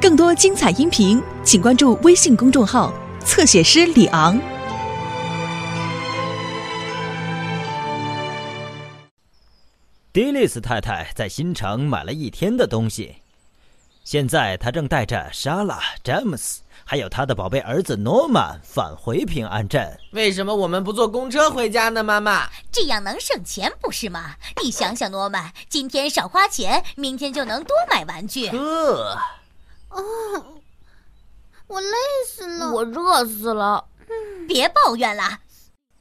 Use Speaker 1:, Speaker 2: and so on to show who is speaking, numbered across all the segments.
Speaker 1: 更多精彩音频，请关注微信公众号“侧写师李昂
Speaker 2: 迪丽斯太太在新城买了一天的东西，现在她正带着莎拉、詹姆斯还有她的宝贝儿子诺曼返回平安镇。
Speaker 3: 为什么我们不坐公车回家呢，妈妈？
Speaker 4: 这样能省钱，不是吗？你想想，诺曼，今天少花钱，明天就能多买玩具。
Speaker 2: 呃，
Speaker 5: 我累死了。
Speaker 6: 我热死了，
Speaker 4: 别抱怨了，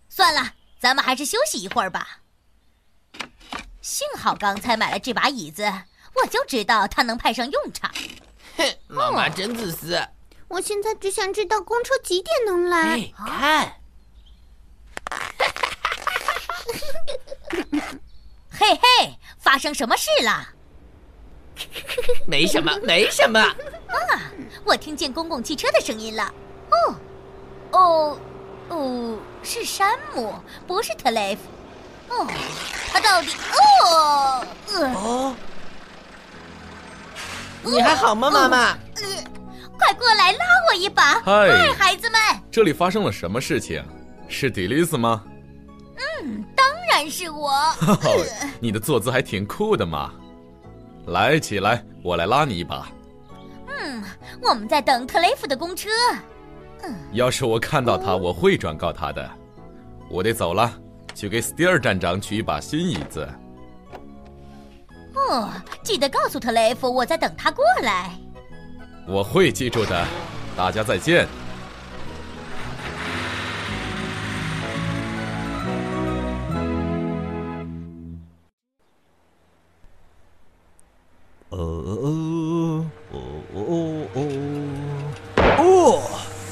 Speaker 4: 算了，咱们还是休息一会儿吧。幸好刚才买了这把椅子，我就知道它能派上用场。
Speaker 3: 哼，妈妈真自私。
Speaker 5: 我现在只想知道公车几点能来。
Speaker 3: 哎，看，
Speaker 4: 嘿嘿，发生什么事了？
Speaker 3: 没什 么，没什么。
Speaker 4: 我听见公共汽车的声音了。哦，哦，哦，是山姆，不是特雷夫。哦，他到底……哦，呃，
Speaker 3: 哦，你还好吗，妈妈？
Speaker 4: 快过来拉我一把！
Speaker 7: 嗨
Speaker 4: 嗨，孩子们，
Speaker 7: 这里发生了什么事情？是迪丽斯吗？
Speaker 4: 当然是我。
Speaker 7: 哈哈，哦你的坐姿还挺酷的嘛！来，起来，我来拉你一把。
Speaker 4: 嗯，我们在等特雷弗的公车。
Speaker 7: 要是我看到他，我会转告他的。我得走了，去给斯蒂尔站长取一把新椅子。
Speaker 4: 哦，记得告诉特雷弗，我在等他过来。
Speaker 7: 我会记住的。大家再见。
Speaker 2: 哦哦哦哦哦哦！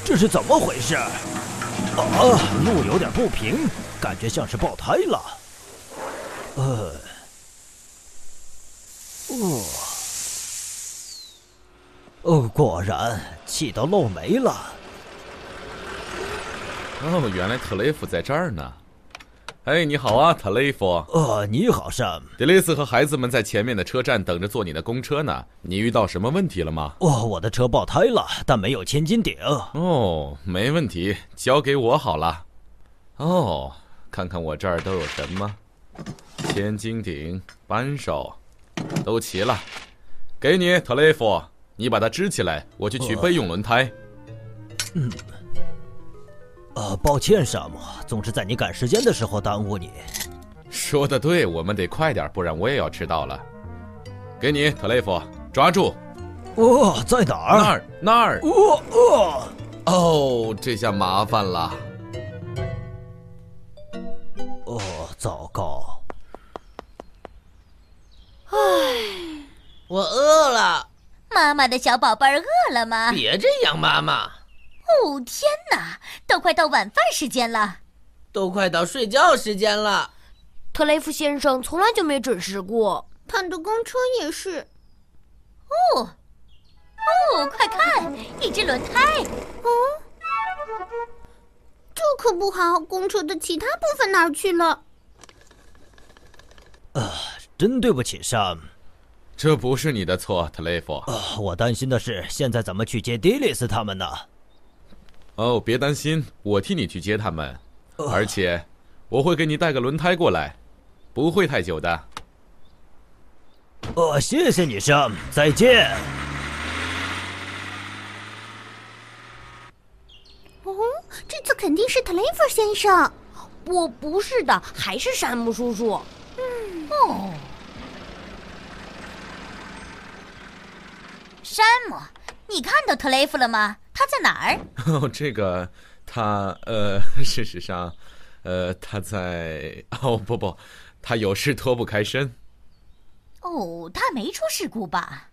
Speaker 2: 这是怎么回事？啊，路有点不平，感觉像是爆胎了。呃，哦，哦，果然气都漏没了。
Speaker 7: 哦，原来特雷弗在这儿呢。哎，你好啊，特雷弗。
Speaker 2: 呃，你好，Sam。
Speaker 7: 迪丽斯和孩子们在前面的车站等着坐你的公车呢。你遇到什么问题了吗？
Speaker 2: 哦，我的车爆胎了，但没有千斤顶。
Speaker 7: 哦，没问题，交给我好了。哦，看看我这儿都有什么，千斤顶、扳手，都齐了。给你，特雷弗，你把它支起来，我去取备用轮胎。
Speaker 2: 呃，抱歉，Sam，总是在你赶时间的时候耽误你。
Speaker 7: 说的对，我们得快点，不然我也要迟到了。给你，特雷弗，抓住
Speaker 2: 哦，在哪儿？
Speaker 7: 那儿那儿。
Speaker 2: 哦哦，
Speaker 7: 哦，这下麻烦了。
Speaker 2: 哦，糟糕！
Speaker 3: 我饿了，
Speaker 4: 妈妈的小宝贝儿饿了吗？
Speaker 3: 别这样，妈妈，
Speaker 4: 哦，天哪，都快到晚饭时间了。
Speaker 3: 都快到睡觉时间了。
Speaker 6: 特雷弗先生从来就没准时过。
Speaker 5: 胖的公车也是。
Speaker 4: 哦，哦，快看，一只轮胎。
Speaker 5: 这可不好，公车的其他部分哪儿去了？
Speaker 2: 真对不起，Sam。
Speaker 7: 这不是你的错，特雷弗。
Speaker 2: 啊我担心的是，现在怎么去接迪丽斯他们呢？
Speaker 7: 哦，别担心，我替你去接他们，
Speaker 2: 哦
Speaker 7: 而且我会给你带个轮胎过来，不会太久的。
Speaker 2: 呃，谢谢你，Sam。再见。
Speaker 5: 哦，这次肯定是特雷弗先生。
Speaker 6: 我不是的，还是山姆叔叔。
Speaker 4: 哦，山姆，你看到特雷弗了吗？他在哪儿？
Speaker 7: 哦，这个他呃， 事实上，呃，他在哦不不，他有事脱不开身。
Speaker 4: 哦，他没出事故吧？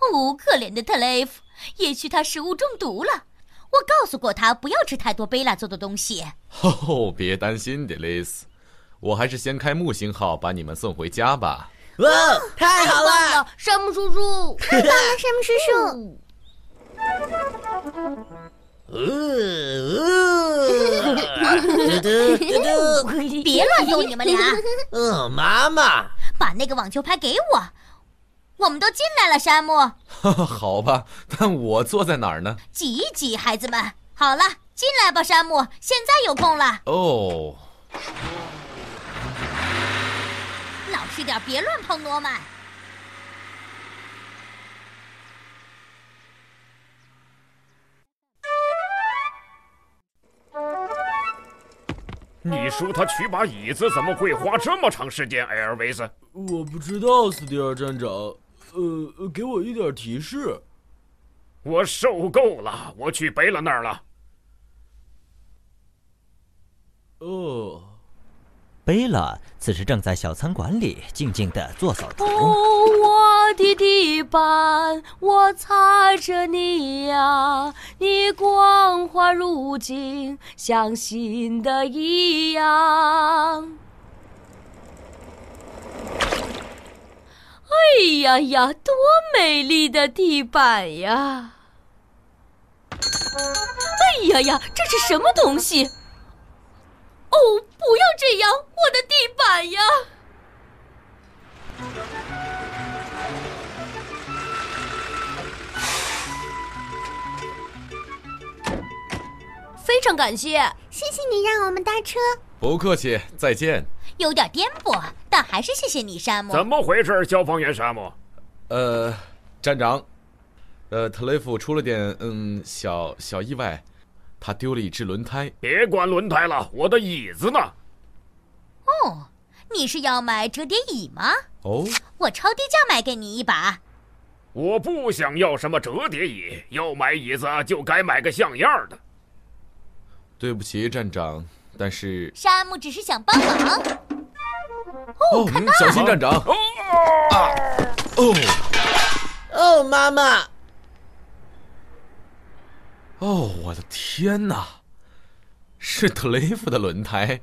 Speaker 4: 哦，可怜的特雷弗，也许他食物中毒了。我告诉过他不要吃太多贝拉做的东西。
Speaker 7: 哦，别担心，迪丽斯，我还是先开木星号把你们送回家吧。
Speaker 3: 哇，太好了！
Speaker 6: 山姆叔叔，
Speaker 5: 啊，山姆叔叔，
Speaker 3: 呃 呃，嘟嘟嘟
Speaker 4: 呃
Speaker 3: 嘟。
Speaker 4: 哎别乱动你们俩，
Speaker 3: 嗯，妈妈，
Speaker 4: 把那个网球拍给我。我们都进来了，山姆，
Speaker 7: 好吧，但我坐在哪儿呢？
Speaker 4: 挤一挤，孩子们。好了，进来吧，山姆，现在有空了。
Speaker 7: 哦，
Speaker 4: 老实点，别乱碰诺曼。
Speaker 8: 你说他取把椅子怎么会花这么长时间？艾尔维斯，
Speaker 2: 我不知道，斯蒂尔站长。呃，给我一点提示。
Speaker 8: 我受够了，我去贝勒那儿了。
Speaker 2: 哦，
Speaker 9: 贝拉此时正在小餐馆里静静地做扫除。
Speaker 6: 哦，我的地板，我踩着你呀、你光滑如镜，像新的一样。哎呀呀，多美丽的地板呀！哎呀呀，这是什么东西？哦，不要这样，我的地板呀！非常感谢。
Speaker 5: 谢谢你让我们搭车。
Speaker 7: 不客气，再见。
Speaker 4: 有点颠簸，但还是谢谢你，山姆。
Speaker 8: 怎么回事，消防员沙漠？
Speaker 7: 呃，站长，呃，特雷弗出了点嗯小小意外，他丢了一只轮胎。
Speaker 8: 别管轮胎了，我的椅子呢？
Speaker 4: 哦，你是要买折叠椅吗？
Speaker 7: 哦，
Speaker 4: 我超低价买给你一把。
Speaker 8: 我不想要什么折叠椅，要买椅子就该买个像样的。
Speaker 7: 对不起，站长，但是
Speaker 4: 山姆只是想帮忙。
Speaker 7: 哦，嗯小心站长。啊哦
Speaker 3: 哦，妈妈，
Speaker 7: 哦，我的天哪，是特雷弗的轮胎。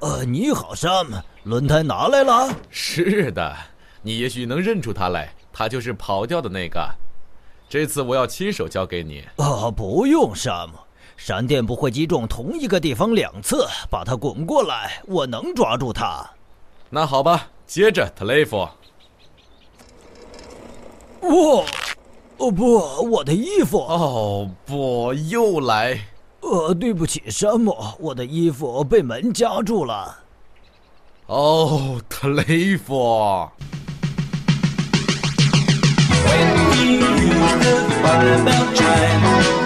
Speaker 2: 呃，你好，Sam，轮胎拿来了。
Speaker 7: 是的，你也许能认出他来，他就是跑掉的那个。这次我要亲手交给你。
Speaker 2: 啊，不用，山姆。闪电不会击中同一个地方两次，把它滚过来，我能抓住它。
Speaker 7: 那好吧，接着特雷弗。
Speaker 2: 哇！哦不，我的衣服！
Speaker 7: 哦不，又来！
Speaker 2: 呃，对不起，山姆，我的衣服被门夹住了。
Speaker 7: 哦，特雷弗。
Speaker 10: When you hear the fun about China,